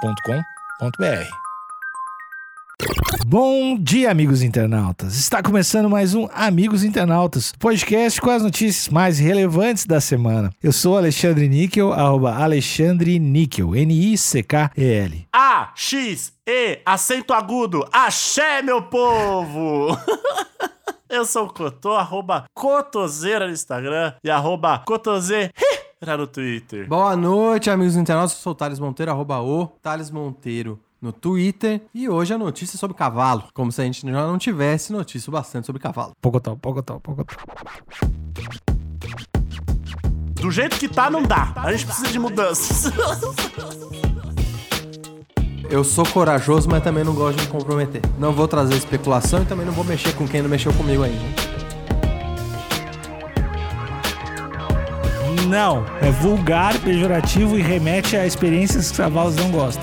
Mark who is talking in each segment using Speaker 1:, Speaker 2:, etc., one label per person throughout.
Speaker 1: agenciadepodcast.com.br.
Speaker 2: Bom dia, amigos internautas. Está começando mais um Amigos Internautas, podcast com as notícias mais relevantes da semana. Eu sou Alexandre Níquel, arroba Alexandre Níquel, N-I-C-K-E-L.
Speaker 3: A, X, E, acento agudo. Axé, meu povo! Eu sou o Cotô, arroba Cotoseira no Instagram e arroba Cotoseira no Twitter.
Speaker 4: Boa noite, amigos internautas. Eu sou o Thales Monteiro, arroba o Thales Monteiro no Twitter. E hoje a notícia é sobre cavalo. Como se a gente já não tivesse notícia bastante sobre cavalo.
Speaker 2: Pocotó, pocotó, pocotó.
Speaker 3: Do jeito que tá, não dá. A gente precisa de mudanças.
Speaker 4: Eu sou corajoso, mas também não gosto de me comprometer. Não vou trazer especulação e também não vou mexer com quem não mexeu comigo ainda.
Speaker 2: Não, é vulgar, pejorativo e remete a experiências que cavalos não gostam.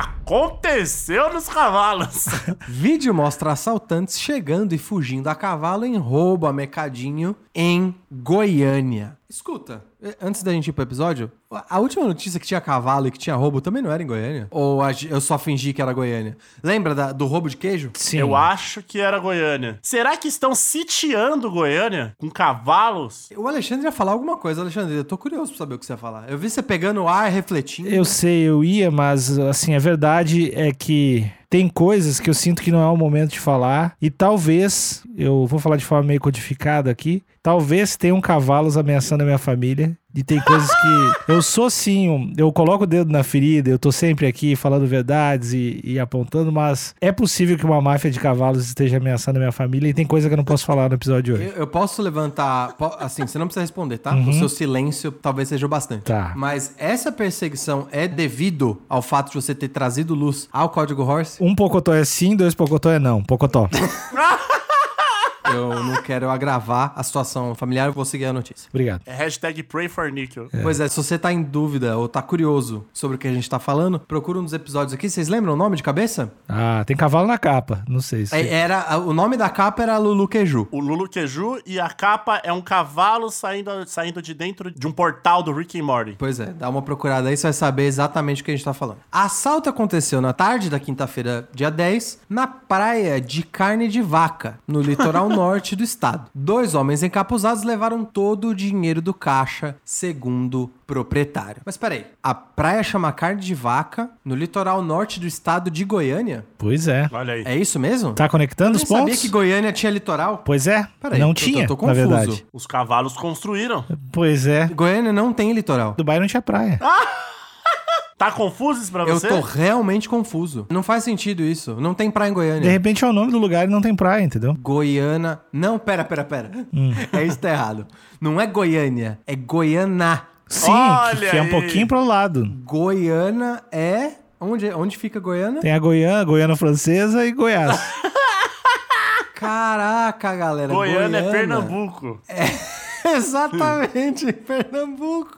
Speaker 3: Aconteceu nos cavalos.
Speaker 4: Vídeo mostra assaltantes chegando e fugindo a cavalo em roubo a mercadinho em Goiânia. Escuta, eh, antes da gente ir pro episódio, a a última notícia que tinha cavalo e que tinha roubo também não era em Goiânia? Ou a ge- eu só fingi que era Goiânia? Lembra da- do roubo de queijo?
Speaker 2: Sim.
Speaker 3: Eu acho que era Goiânia. Será que estão sitiando Goiânia com cavalos?
Speaker 4: O Alexandre ia falar alguma coisa, Alexandre. Eu tô curioso pra saber o que você ia falar. Eu vi você pegando o ar, refletindo.
Speaker 2: Eu sei, eu ia, mas assim, a verdade é que tem coisas que eu sinto que não é o momento de falar. E talvez, eu vou falar de forma meio codificada aqui, talvez tenham cavalos ameaçando a minha família. E tem coisas que eu sou sim, um- eu coloco o dedo na ferida, eu tô sempre aqui falando verdades e, e apontando, mas é possível que uma máfia de cavalos esteja ameaçando a minha família e tem coisa que eu não posso falar no episódio de hoje.
Speaker 4: Eu, eu posso levantar. po- Assim, você não precisa responder, tá? O seu silêncio talvez seja o bastante.
Speaker 2: Tá.
Speaker 4: Mas essa perseguição é devido ao fato de você ter trazido luz ao código Horse?
Speaker 2: Um pocotó é sim, dois pocotó é não. Pocotó.
Speaker 4: Eu não quero agravar a situação familiar, eu vou seguir a notícia.
Speaker 2: Obrigado.
Speaker 3: É hashtag pray for Nickel.
Speaker 4: Pois é, se você tá em dúvida ou tá curioso sobre o que a gente tá falando, procura um dos episódios aqui. Vocês lembram o nome de cabeça?
Speaker 2: Ah, tem cavalo na capa. Não sei se.
Speaker 4: É, Era, o nome da capa era Lulu Queju.
Speaker 3: O Lulu Queju e a capa é um cavalo saindo, saindo de dentro de um portal do Rick and Morty.
Speaker 4: Pois é, dá uma procurada aí, você vai saber exatamente o que a gente tá falando. Assalto aconteceu na tarde da quinta-feira, dia 10, na praia de carne de vaca, no litoral norte do estado. Dois homens encapuzados levaram todo o dinheiro do caixa, segundo o proprietário. Mas peraí, a praia chama carne de vaca no litoral norte do estado de Goiânia?
Speaker 2: Pois é.
Speaker 3: Olha aí.
Speaker 4: É isso mesmo?
Speaker 2: Tá conectando os
Speaker 4: Eu nem
Speaker 2: pontos?
Speaker 4: sabia que Goiânia tinha litoral.
Speaker 2: Pois é,
Speaker 4: Peraí,
Speaker 2: não
Speaker 4: eu tô-
Speaker 2: tinha,
Speaker 4: eu tô
Speaker 2: na
Speaker 4: confuso.
Speaker 2: verdade.
Speaker 3: Os cavalos construíram.
Speaker 2: Pois é,
Speaker 4: Goiânia não tem litoral.
Speaker 2: Dubai não tinha praia.
Speaker 4: Ah,
Speaker 3: Tá confuso isso pra
Speaker 4: Eu
Speaker 3: você?
Speaker 4: tô realmente confuso. Não faz sentido isso. Não tem praia em Goiânia.
Speaker 2: De repente é o nome do lugar e não tem praia, entendeu?
Speaker 4: Goiana. Não, pera, pera, pera.
Speaker 2: Hum.
Speaker 4: É isso tá errado. Não é Goiânia, é Goianá.
Speaker 2: Sim, que,
Speaker 3: Olha
Speaker 2: que é um
Speaker 3: aí.
Speaker 2: pouquinho pro lado.
Speaker 4: Goiana é. Onde, onde fica Goiânia?
Speaker 2: Tem a Goiânia, a Goiânia Francesa e Goiás.
Speaker 4: Caraca, galera.
Speaker 3: Goiânia é Pernambuco.
Speaker 4: Exatamente, Pernambuco.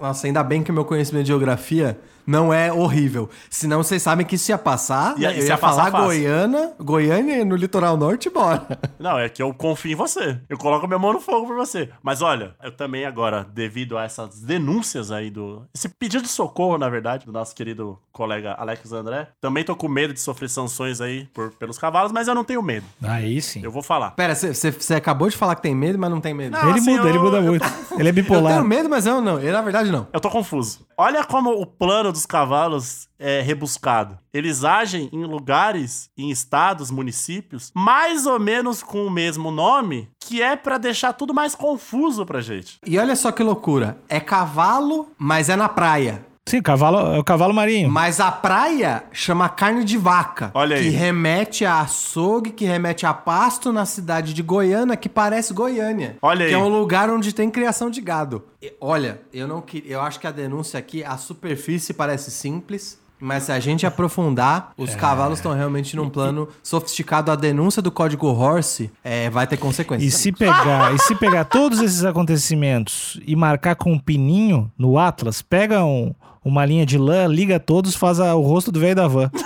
Speaker 4: Nossa, ainda bem que meu conhecimento de geografia não é horrível. Senão vocês sabem que isso ia passar.
Speaker 3: Ia-
Speaker 4: né?
Speaker 3: isso
Speaker 4: eu
Speaker 3: ia
Speaker 4: ia
Speaker 3: passar
Speaker 4: falar
Speaker 3: fácil.
Speaker 4: Goiânia, Goiânia no litoral norte e bora.
Speaker 3: Não, é que eu confio em você. Eu coloco minha mão no fogo por você. Mas olha, eu também agora, devido a essas denúncias aí do. Esse pedido de socorro, na verdade, do nosso querido colega Alex André, também tô com medo de sofrer sanções aí por- pelos cavalos, mas eu não tenho medo.
Speaker 2: Aí sim.
Speaker 3: Eu vou falar.
Speaker 4: Pera, você- você você acabou de falar que tem medo, mas não tem medo.
Speaker 3: Não,
Speaker 2: ele
Speaker 3: assim,
Speaker 2: muda, ele
Speaker 3: eu-
Speaker 2: muda
Speaker 3: eu
Speaker 2: muito. Ele é
Speaker 4: eu
Speaker 2: bipolar.
Speaker 4: tenho medo, mas eu não. Eu, na verdade, não.
Speaker 3: Eu tô confuso. Olha como o plano dos cavalos é rebuscado. Eles agem em lugares, em estados, municípios, mais ou menos com o mesmo nome, que é pra deixar tudo mais confuso pra gente.
Speaker 4: E olha só que loucura. É cavalo, mas é na praia.
Speaker 2: Sim, cavalo, é o cavalo marinho.
Speaker 4: Mas a praia chama carne de vaca.
Speaker 3: Olha aí.
Speaker 4: Que remete a açougue, que remete a pasto na cidade de Goiânia, que parece Goiânia.
Speaker 3: Olha
Speaker 4: que
Speaker 3: aí.
Speaker 4: é um lugar onde tem criação de gado. E, olha, eu não que- eu acho que a denúncia aqui, a superfície parece simples. Mas se a gente aprofundar,
Speaker 2: É.
Speaker 4: os cavalos estão realmente num plano sofisticado. A denúncia do código Horse é, vai ter
Speaker 2: E
Speaker 4: consequências.
Speaker 2: se pegar, e se pegar todos esses acontecimentos e marcar com um pininho no Atlas, pega um- uma linha de lã, liga todos, faz a- o rosto do velho da van.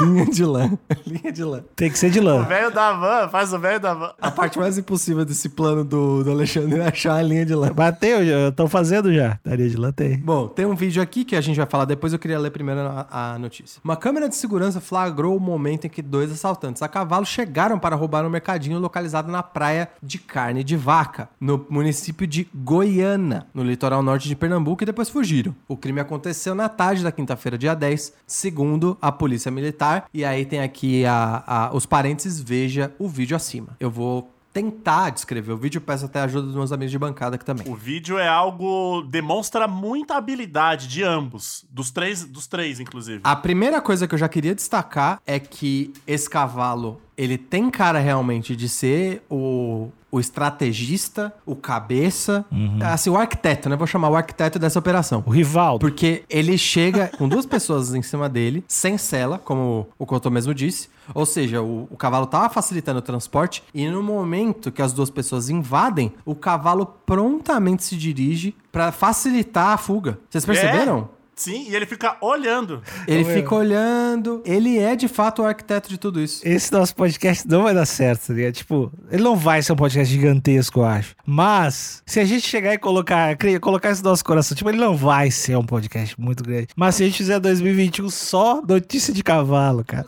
Speaker 4: Linha de lã. Linha de lã.
Speaker 2: Tem que ser de
Speaker 3: O
Speaker 2: lã.
Speaker 3: velho da van, faz o velho da van.
Speaker 4: A parte mais impossível desse plano do, do Alexandre é achar a linha de lã.
Speaker 2: Bateu, estão fazendo já. Daria de lã tem.
Speaker 4: Bom, tem um vídeo aqui que a gente vai falar depois, eu queria ler primeiro a, a notícia. Uma câmera de segurança flagrou o momento em que dois assaltantes a cavalo chegaram para roubar um mercadinho localizado na praia de carne de vaca, no município de Goiânia, no litoral norte de Pernambuco, e depois fugiram. O crime aconteceu na tarde da quinta-feira, dia 10, segundo a Polícia Militar. E aí tem aqui a- a- os parênteses, veja o vídeo acima. Eu vou tentar descrever o vídeo, peço até a ajuda dos meus amigos de bancada aqui também.
Speaker 3: O vídeo é algo. demonstra muita habilidade de ambos. Dos três, dos três, inclusive.
Speaker 4: A primeira coisa que eu já queria destacar é que esse cavalo, ele tem cara realmente de ser o, o estrategista, o cabeça, assim, o arquiteto, né? Vou chamar o arquiteto dessa operação.
Speaker 2: O Rivaldo.
Speaker 4: Porque ele chega com duas pessoas em cima dele, sem sela, como o Couto mesmo disse. Ou seja, o, o cavalo tava facilitando o transporte e no momento que as duas pessoas invadem, o cavalo prontamente se dirige para facilitar a fuga. Vocês perceberam?
Speaker 3: É? Sim, e ele fica olhando.
Speaker 4: Ele
Speaker 2: Então,
Speaker 4: fica olhando. Ele é de fato o arquiteto de tudo isso.
Speaker 2: Esse nosso podcast não vai dar certo, tá ligado? Tipo, ele não vai ser um podcast gigantesco, eu acho. Mas, se a gente chegar e colocar, cri- colocar isso no nosso coração, tipo, ele não vai ser um podcast muito grande. Mas se a gente fizer 2021 só notícia de cavalo, cara.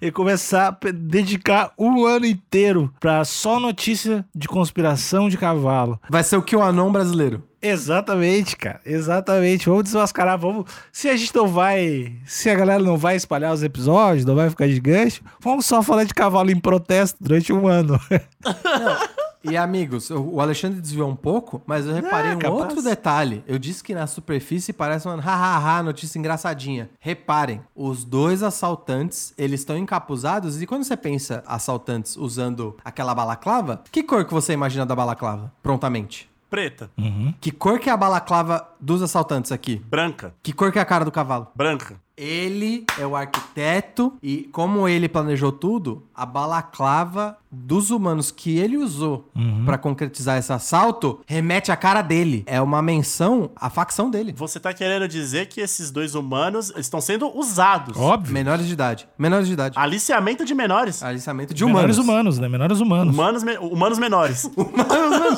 Speaker 2: E começar a pe- dedicar um ano inteiro pra só notícia de conspiração de cavalo.
Speaker 4: Vai ser o que o anão brasileiro.
Speaker 2: Exatamente, cara. Exatamente. Vamos desmascarar, vamos. Se a gente não vai. Se a galera não vai espalhar os episódios, não vai ficar gigante, vamos só falar de cavalo em protesto durante um ano.
Speaker 4: E amigos, o o Alexandre desviou um pouco, mas eu reparei
Speaker 2: Ah,
Speaker 4: um
Speaker 2: capaz.
Speaker 4: outro detalhe. Eu disse que na superfície parece uma hahaha notícia engraçadinha. Reparem, os dois assaltantes, eles estão encapuzados e quando você pensa assaltantes usando aquela balaclava, que cor que você imagina da balaclava? Prontamente.
Speaker 3: Preta,
Speaker 4: Que cor que é a balaclava dos assaltantes aqui?
Speaker 3: branca,
Speaker 4: Que cor que é a cara do cavalo?
Speaker 3: branca.
Speaker 4: Ele é o arquiteto e como ele planejou tudo, a balaclava dos humanos que ele usou
Speaker 2: Uhum.
Speaker 4: pra concretizar esse assalto remete à cara dele. É uma menção à facção dele.
Speaker 3: Você tá querendo dizer que esses dois humanos estão sendo usados.
Speaker 2: Óbvio.
Speaker 4: Menores de idade. Menores de idade.
Speaker 3: Aliciamento de menores.
Speaker 4: Aliciamento de
Speaker 2: De humanos. Menores humanos,
Speaker 4: humanos.
Speaker 2: né? Menores humanos.
Speaker 3: Humanos, me- humanos menores.
Speaker 4: Humanos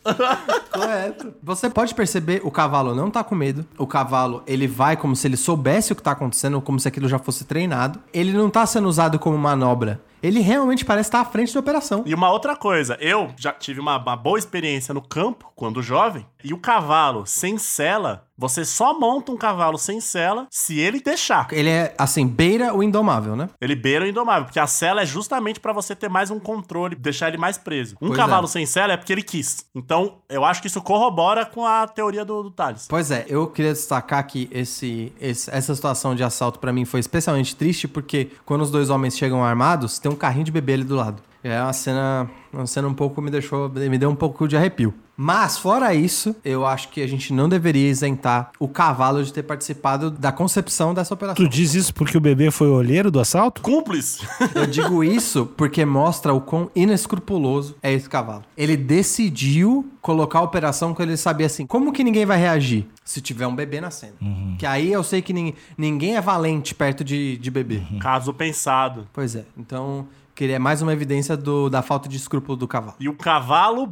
Speaker 4: menores. Correto. Você pode perceber, o cavalo não tá com medo. O cavalo, ele vai como se ele soubesse o que tá acontecendo, como se aquilo já fosse treinado. Ele não tá sendo usado como manobra. Ele realmente parece estar à frente da operação.
Speaker 3: E uma outra coisa, eu já tive uma, uma boa experiência no campo quando jovem, e o cavalo sem sela, você só monta um cavalo sem sela se ele deixar.
Speaker 4: Ele é, assim, beira o indomável, né?
Speaker 3: Ele beira o indomável, porque a sela é justamente pra você ter mais um controle, deixar ele mais preso. Um
Speaker 4: Pois
Speaker 3: cavalo
Speaker 4: é.
Speaker 3: sem sela é porque ele quis. Então, eu acho que isso corrobora com a teoria do, do Thales.
Speaker 4: Pois é, eu queria destacar que esse, esse- essa situação de assalto pra mim foi especialmente triste, porque quando os dois homens chegam armados, tem um carrinho de bebê ali do lado. É uma cena, uma cena um pouco me deixou, me deu um pouco de arrepio. Mas fora isso, eu acho que a gente não deveria isentar o cavalo de ter participado da concepção dessa operação.
Speaker 2: Tu diz isso porque o bebê foi o olheiro do assalto?
Speaker 3: Cúmplice!
Speaker 4: Eu digo isso porque mostra o quão inescrupuloso é esse cavalo. Ele decidiu colocar a operação quando ele sabia assim, como que ninguém vai reagir se tiver um bebê nascendo. Que aí eu sei que nin- ninguém é valente perto de, de bebê.
Speaker 3: Caso pensado.
Speaker 4: Pois é. Então, queria mais uma evidência do- da falta de escrúpulo do cavalo.
Speaker 3: E o cavalo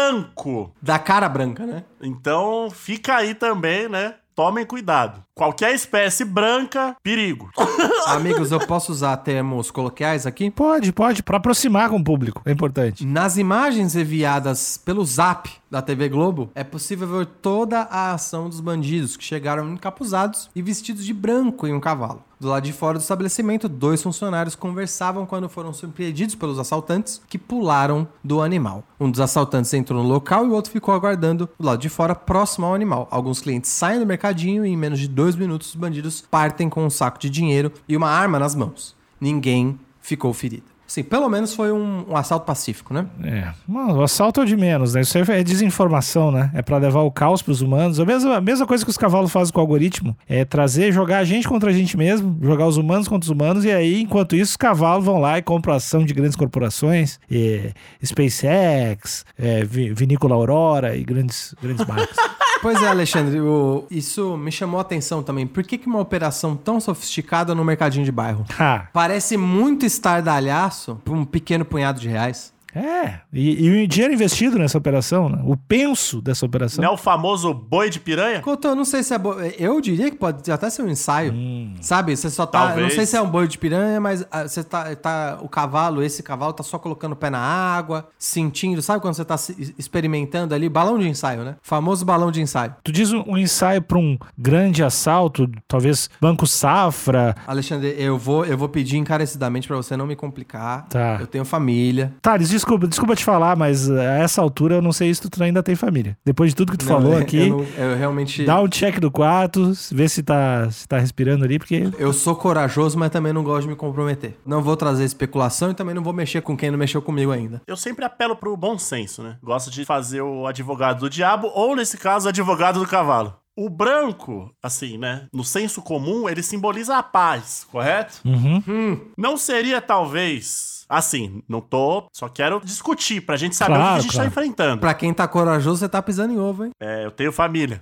Speaker 3: branco.
Speaker 4: Da cara branca, né?
Speaker 3: Então, fica aí também, né? Tomem cuidado. Qualquer espécie branca, perigo.
Speaker 4: Amigos, eu posso usar termos coloquiais aqui?
Speaker 2: Pode, pode, pra aproximar com o público. É importante.
Speaker 4: Nas imagens enviadas pelo Zap da TV Globo, é possível ver toda a ação dos bandidos que chegaram encapuzados e vestidos de branco em um cavalo. Do lado de fora do estabelecimento, dois funcionários conversavam quando foram surpreendidos pelos assaltantes que pularam do animal. Um dos assaltantes entrou no local e o outro ficou aguardando do lado de fora, próximo ao animal. Alguns clientes saem do mercadinho e em menos de dois minutos os bandidos partem com um saco de dinheiro e uma arma nas mãos. Ninguém ficou ferido. Sim, pelo menos foi um- um assalto pacífico, né?
Speaker 2: É. Mano, o assalto é o de menos, né? Isso aí é desinformação, né? É pra levar o caos pros humanos. A mesma, a mesma coisa que os cavalos fazem com o algoritmo. É trazer, jogar a gente contra a gente mesmo, jogar os humanos contra os humanos, e aí, enquanto isso, os cavalos vão lá e compram ação de grandes corporações, é, SpaceX, é, vi- Vinícola Aurora e grandes, grandes marcas.
Speaker 4: Pois é, Alexandre, o- isso me chamou a atenção também. Por que, que uma operação tão sofisticada no mercadinho de bairro?
Speaker 2: Ah,
Speaker 4: Parece muito estardalhaço por um pequeno punhado de reais.
Speaker 2: é. E, e o dinheiro investido nessa operação, né? o penso dessa operação.
Speaker 3: Não é o famoso boi de piranha?
Speaker 4: Couto, eu não sei se é bo... Eu diria que pode até ser um ensaio. Sabe? Você só tá. Eu não
Speaker 3: Talvez.
Speaker 4: sei se é um boi de piranha, mas ah, você tá, tá. O cavalo, esse cavalo, tá só colocando o pé na água, sentindo. Sabe quando você tá se- experimentando ali? Balão de ensaio, né? Famoso balão de ensaio.
Speaker 2: Tu diz um, um ensaio para um grande assalto, talvez Banco Safra.
Speaker 4: Alexandre, eu vou, eu vou pedir encarecidamente pra você não me complicar.
Speaker 2: Tá.
Speaker 4: Eu tenho família.
Speaker 2: Thales, desculpa, desculpa te falar, mas uh, a essa altura eu não sei se tu ainda tem família. Depois de tudo que tu
Speaker 4: Não,
Speaker 2: falou
Speaker 4: eu-
Speaker 2: aqui,
Speaker 4: Eu, não- eu realmente.
Speaker 2: dá um check do quarto, vê se tá, se tá respirando ali, porque.
Speaker 4: Eu sou corajoso, mas também não gosto de me comprometer. Não vou trazer especulação e também não vou mexer com quem não mexeu comigo ainda.
Speaker 3: Eu sempre apelo pro bom senso, né? Gosto de fazer o advogado do diabo ou, nesse caso, o advogado do cavalo. O branco, assim, né? No senso comum, ele simboliza a paz, correto?
Speaker 2: Uhum.
Speaker 3: Não seria, talvez. Assim, não tô. Só quero discutir pra gente saber o que a
Speaker 2: Claro,
Speaker 3: gente
Speaker 2: claro.
Speaker 3: tá enfrentando.
Speaker 4: Pra quem tá corajoso, você tá pisando em ovo, hein?
Speaker 3: É, eu tenho família.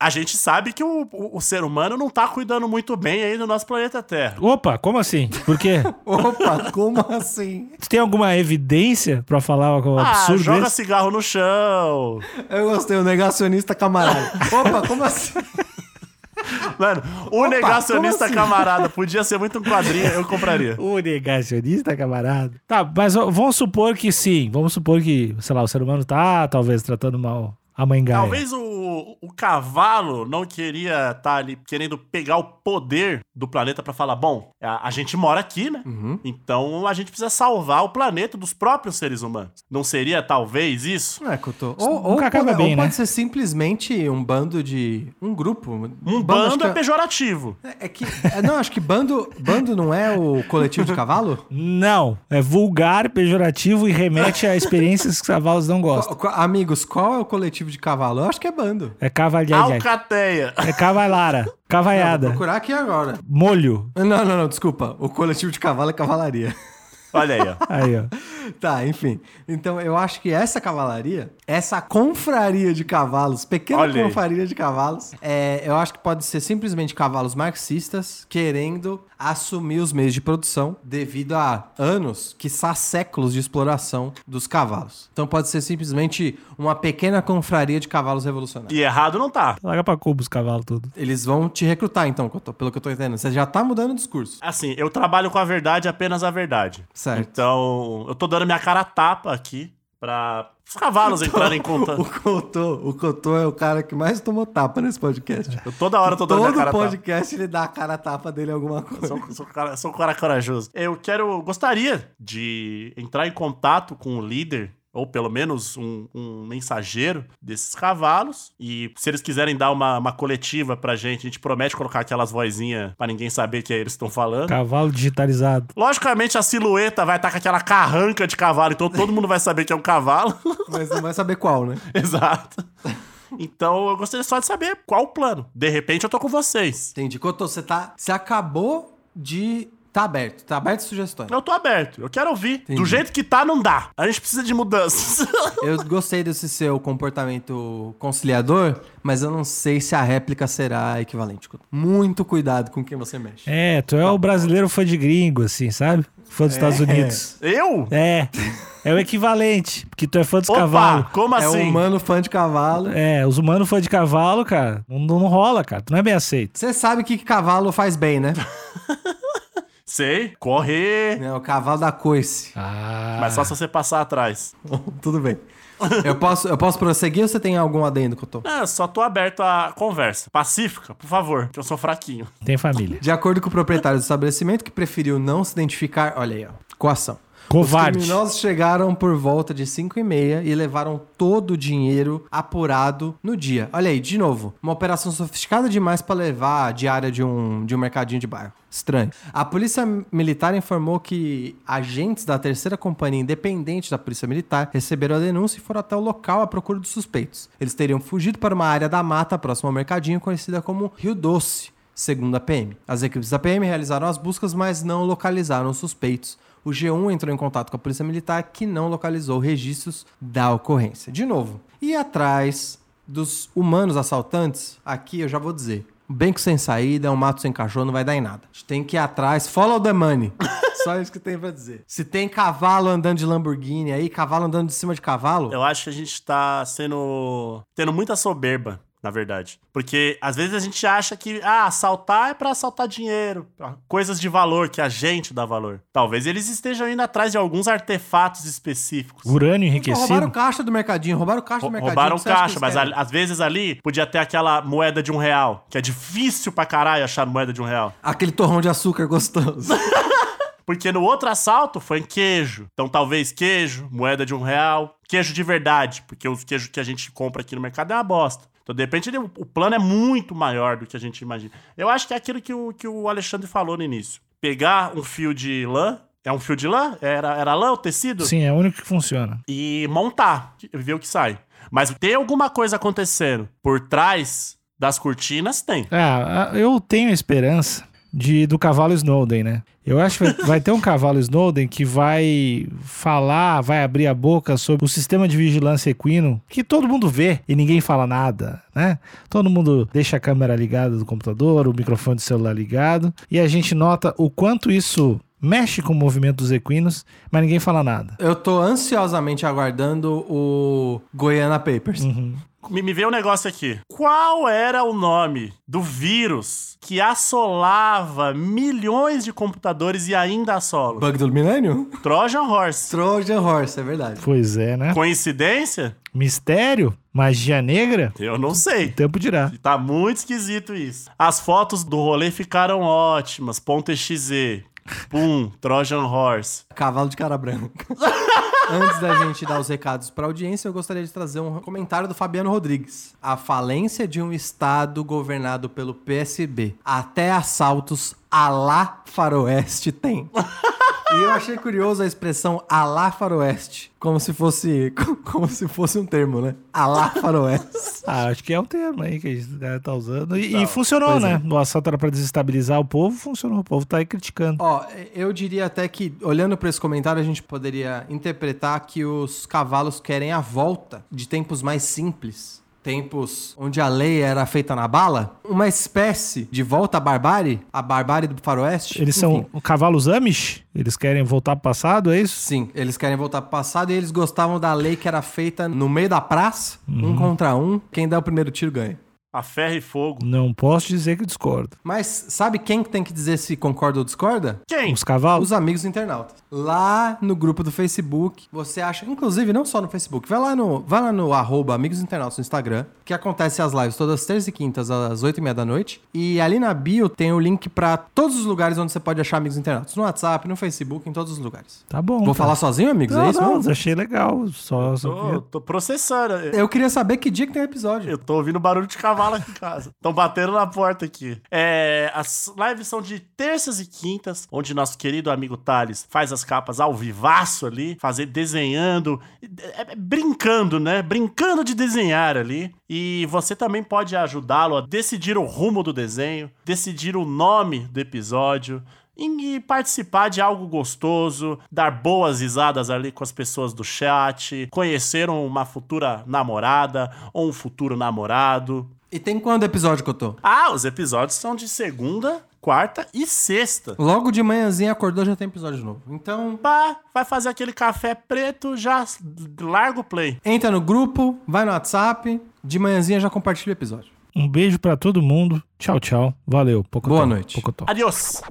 Speaker 3: A gente sabe que o, o- o ser humano não tá cuidando muito bem aí do nosso planeta Terra.
Speaker 2: Opa, como assim? Por quê?
Speaker 4: Opa, como assim?
Speaker 2: tu tem alguma evidência pra falar o
Speaker 3: Ah,
Speaker 2: absurdo
Speaker 3: joga
Speaker 2: desse?
Speaker 3: cigarro no chão.
Speaker 4: Eu gostei, o negacionista camarada. Opa, como assim?
Speaker 3: Mano, o
Speaker 4: Opa,
Speaker 3: negacionista
Speaker 4: como assim?
Speaker 3: camarada podia ser muito um quadrinho, eu compraria.
Speaker 2: O negacionista, camarada. Tá, mas ó, vamos supor que sim. Vamos supor que, sei lá, o ser humano tá talvez tratando mal a mãe Gaia.
Speaker 3: Talvez o, o cavalo não queria estar ali querendo pegar o poder do planeta pra falar: bom, a, a gente mora aqui, né?
Speaker 4: Uhum.
Speaker 3: Então a gente precisa salvar o planeta dos próprios seres humanos. Não seria talvez isso?
Speaker 4: Não é, Couto. Ou, ou,
Speaker 2: Nunca acaba
Speaker 4: pode,
Speaker 2: bem,
Speaker 4: ou pode
Speaker 2: né?
Speaker 4: ser simplesmente um bando de. Um grupo.
Speaker 3: Um
Speaker 4: acho
Speaker 3: bando
Speaker 4: que
Speaker 3: é pejorativo.
Speaker 4: é, é que. é, não, acho que bando, bando não é o coletivo de cavalo?
Speaker 2: Não, é vulgar, pejorativo e remete a experiências que cavalos não gostam.
Speaker 4: Qual- qual- amigos, qual é o coletivo de cavalo? Eu acho que é bando.
Speaker 2: É cavalhada.
Speaker 3: Alcateia.
Speaker 2: É cavalara,
Speaker 4: Vou
Speaker 2: cavaiada,
Speaker 4: procurar aqui agora.
Speaker 2: molho.
Speaker 4: Não, não, não, desculpa. O coletivo de cavalo é cavalaria.
Speaker 3: Olha aí, ó.
Speaker 2: Aí, ó.
Speaker 4: tá, enfim. Então, eu acho que essa cavalaria, essa confraria de cavalos, pequena
Speaker 3: Olha aí.
Speaker 4: confraria de cavalos, é, eu acho que pode ser simplesmente cavalos marxistas querendo assumir os meios de produção devido a anos, quiçá séculos de exploração dos cavalos. Então, pode ser simplesmente uma pequena confraria de cavalos revolucionários.
Speaker 3: E errado não tá.
Speaker 2: Larga pra cubo os cavalos tudo.
Speaker 4: Eles vão te recrutar, então, Cotô, pelo que eu tô entendendo. Você já tá mudando o discurso.
Speaker 3: Assim, eu trabalho com a verdade, apenas a verdade.
Speaker 4: Certo.
Speaker 3: Então, eu tô dando minha cara a tapa aqui pra os cavalos entrarem em conta.
Speaker 4: O Cotô, o Cotô é o cara que mais tomou tapa nesse podcast.
Speaker 3: Eu toda hora tô dando minha cara
Speaker 4: Todo
Speaker 3: a tapa.
Speaker 4: podcast ele dá a cara a tapa dele em alguma coisa.
Speaker 3: Sou, sou, cara, sou um cara corajoso. Eu quero, gostaria de entrar em contato com o líder, ou pelo menos um, um mensageiro desses cavalos. E se eles quiserem dar uma, uma coletiva pra gente, a gente promete colocar aquelas vozinhas pra ninguém saber que é eles que estão falando.
Speaker 2: Cavalo digitalizado.
Speaker 3: Logicamente, a silhueta vai estar com aquela carranca de cavalo, então todo mundo vai saber que é um cavalo.
Speaker 4: Mas não vai saber qual, né?
Speaker 3: Exato. Então, eu gostaria só de saber qual o plano. De repente, eu tô com vocês.
Speaker 4: Entendi. Cotô, você tá. Você acabou de. Tá aberto. Tá aberto sugestões.
Speaker 3: Eu tô aberto, eu quero ouvir.
Speaker 4: Entendi.
Speaker 3: Do jeito que tá, não dá. A gente precisa de mudanças.
Speaker 4: Eu gostei desse seu comportamento conciliador, mas eu não sei se a réplica será equivalente. Cotô. Muito cuidado com quem você mexe.
Speaker 2: É, tu é o brasileiro fã de gringo, assim, sabe? Fã dos Estados Unidos.
Speaker 3: Eu?
Speaker 2: É. É o equivalente, porque tu é fã dos
Speaker 3: Opa,
Speaker 2: cavalos.
Speaker 3: como
Speaker 4: É
Speaker 3: assim?
Speaker 4: um humano fã de cavalo.
Speaker 2: É, os humanos fã de cavalo, cara, não, não rola, cara. Tu não é bem aceito.
Speaker 4: Você sabe que cavalo faz bem, né?
Speaker 3: Sei, correr.
Speaker 4: É o cavalo da coice.
Speaker 2: Ah.
Speaker 3: Mas só se você passar atrás.
Speaker 4: Tudo bem. Eu posso, eu posso prosseguir ou você tem algum adendo, Cotô?
Speaker 3: Ah, só tô aberto à conversa. Pacífica, por favor, que eu sou fraquinho.
Speaker 2: Tem família.
Speaker 4: De acordo com o proprietário do estabelecimento, que preferiu não se identificar, olha aí, ó, com a ação.
Speaker 2: Covarde.
Speaker 4: Os criminosos chegaram por volta de 5 e meia e levaram todo o dinheiro apurado no dia. Olha aí, de novo, uma operação sofisticada demais para levar a diária de um, de um mercadinho de bairro. Estranho. A polícia militar informou que agentes da terceira companhia independente da polícia militar receberam a denúncia e foram até o local à procura dos suspeitos. Eles teriam fugido para uma área da mata próxima ao mercadinho conhecida como Rio Doce. Segundo a PM, as equipes da PM realizaram as buscas, mas não localizaram os suspeitos. o G1 entrou em contato com a Polícia Militar, que não localizou registros da ocorrência. De novo, e atrás dos humanos assaltantes, aqui eu já vou dizer. Banco sem saída, um mato sem cachorro, não vai dar em nada. A gente tem que ir atrás, follow the money. Só isso que tem pra dizer. Se tem cavalo andando de Lamborghini aí, cavalo andando de cima de cavalo,
Speaker 3: Eu acho que a gente tá sendo. tendo muita soberba, na verdade. Porque às vezes a gente acha que, ah, assaltar é pra assaltar dinheiro, pra coisas de valor, que a gente dá valor. Talvez eles estejam indo atrás de alguns artefatos específicos.
Speaker 2: Urânio
Speaker 4: roubaram
Speaker 2: enriquecido?
Speaker 4: caixa do mercadinho, roubaram caixa do
Speaker 3: Rou-
Speaker 4: mercadinho.
Speaker 3: Roubaram
Speaker 4: o que você acha que
Speaker 3: caixa, mas
Speaker 4: eles querem?
Speaker 3: ali- às vezes ali podia ter aquela moeda de um real, que é difícil pra caralho achar moeda de um real.
Speaker 4: Aquele torrão de açúcar gostoso.
Speaker 3: Porque no outro assalto foi em queijo. Então talvez queijo, moeda de um real, queijo de verdade, porque os queijos que a gente compra aqui no mercado é uma bosta. Então, de repente, ele- o plano é muito maior do que a gente imagina. Eu acho que é aquilo que o, que o Alexandre falou no início. Pegar um fio de lã, é um fio de lã? Era, era lã o tecido?
Speaker 2: Sim, é o único que funciona.
Speaker 3: e montar, ver o que sai. Mas tem alguma coisa acontecendo por trás das cortinas? Tem.
Speaker 2: Ah, ah, eu tenho a esperança de do cavalo Snowden, né? Eu acho que vai- vai ter um cavalo Snowden que vai falar, vai abrir a boca sobre o sistema de vigilância equino que todo mundo vê e ninguém fala nada, né? Todo mundo deixa a câmera ligada do computador, o microfone do celular ligado e a gente nota o quanto isso mexe com o movimento dos equinos, mas ninguém fala nada.
Speaker 4: Eu tô ansiosamente aguardando o Goiana Papers.
Speaker 3: Me, me vê um negócio aqui. Qual era o nome do vírus que assolava milhões de computadores e ainda assola?
Speaker 4: Bug do Milênio?
Speaker 3: Trojan Horse.
Speaker 4: Trojan Horse, é verdade.
Speaker 2: Pois é, né?
Speaker 3: Coincidência?
Speaker 2: Mistério? Magia negra?
Speaker 3: Eu não sei.
Speaker 2: O tempo dirá.
Speaker 3: Tá muito esquisito isso. As fotos do rolê ficaram ótimas. Ponto .exe. Pum, Trojan Horse.
Speaker 4: Cavalo de cara branca. Antes da gente dar os recados pra audiência, eu gostaria de trazer um comentário do Fabiano Rodrigues. A falência de um Estado governado pelo PSB. Até assaltos a lá faroeste tem. E eu achei curioso a expressão alá faroeste. Como se fosse. Como se fosse um termo, né? Alá faroeste.
Speaker 2: Ah, acho que é o termo aí que a galera tá usando. E, e funcionou, né?
Speaker 4: é.
Speaker 2: O assalto era pra desestabilizar o povo, funcionou. O povo tá aí criticando.
Speaker 4: Ó, eu diria até que, olhando pra esse comentário, a gente poderia interpretar que os cavalos querem a volta de tempos mais simples. Tempos onde a lei era feita na bala. Uma espécie de volta à barbárie, a barbárie do faroeste.
Speaker 2: Eles
Speaker 4: Enfim,
Speaker 2: são cavalos Amish? Eles querem voltar pro passado, é isso?
Speaker 4: Sim, eles querem voltar pro passado e eles gostavam da lei que era feita no meio da praça,
Speaker 2: Uhum.
Speaker 4: um contra um. Quem der o primeiro tiro ganha.
Speaker 3: A ferro e fogo.
Speaker 2: Não posso dizer que discordo.
Speaker 4: Mas sabe quem que tem que dizer se concorda ou discorda?
Speaker 3: Quem?
Speaker 2: Os cavalos?
Speaker 4: Os amigos internautas. Lá no grupo do Facebook, você acha, inclusive não só no Facebook, vai lá no, vai lá no arroba amigos internautas no Instagram, que acontece as lives todas terças e quintas às oito e meia da noite. E ali na bio tem o link pra todos os lugares onde você pode achar amigos internautas. No WhatsApp, no Facebook, em todos os lugares.
Speaker 2: Tá bom.
Speaker 4: Vou
Speaker 2: tá.
Speaker 4: falar sozinho, amigos?
Speaker 2: Não,
Speaker 4: é isso
Speaker 2: não,
Speaker 4: mesmo?
Speaker 2: achei legal. Só, só...
Speaker 3: Tô, tô processando. Eu-
Speaker 4: Eu queria saber que dia que tem o episódio.
Speaker 3: Eu tô ouvindo barulho de cavalo aqui em casa. Estão batendo na porta aqui. É, as lives são de terças e quintas, onde nosso querido amigo Thales faz as capas ao vivaço ali, fazer desenhando, é, é, brincando, né? Brincando de desenhar ali. E você também pode ajudá-lo a decidir o rumo do desenho, decidir o nome do episódio em participar de algo gostoso, dar boas risadas ali com as pessoas do chat, conhecer uma futura namorada ou um futuro namorado.
Speaker 4: E tem quando episódio que eu tô?
Speaker 3: Ah, os episódios são de segunda, quarta e sexta.
Speaker 4: Logo de manhãzinha acordou, já tem episódio novo. Então,
Speaker 3: Pá, vai fazer aquele café preto, já larga o play.
Speaker 4: entra no grupo, vai no WhatsApp, de manhãzinha já compartilha o episódio.
Speaker 2: Um beijo pra todo mundo. Tchau, tchau. Valeu. Pocotó.
Speaker 4: Boa noite.
Speaker 2: Pocotó.
Speaker 3: Adiós!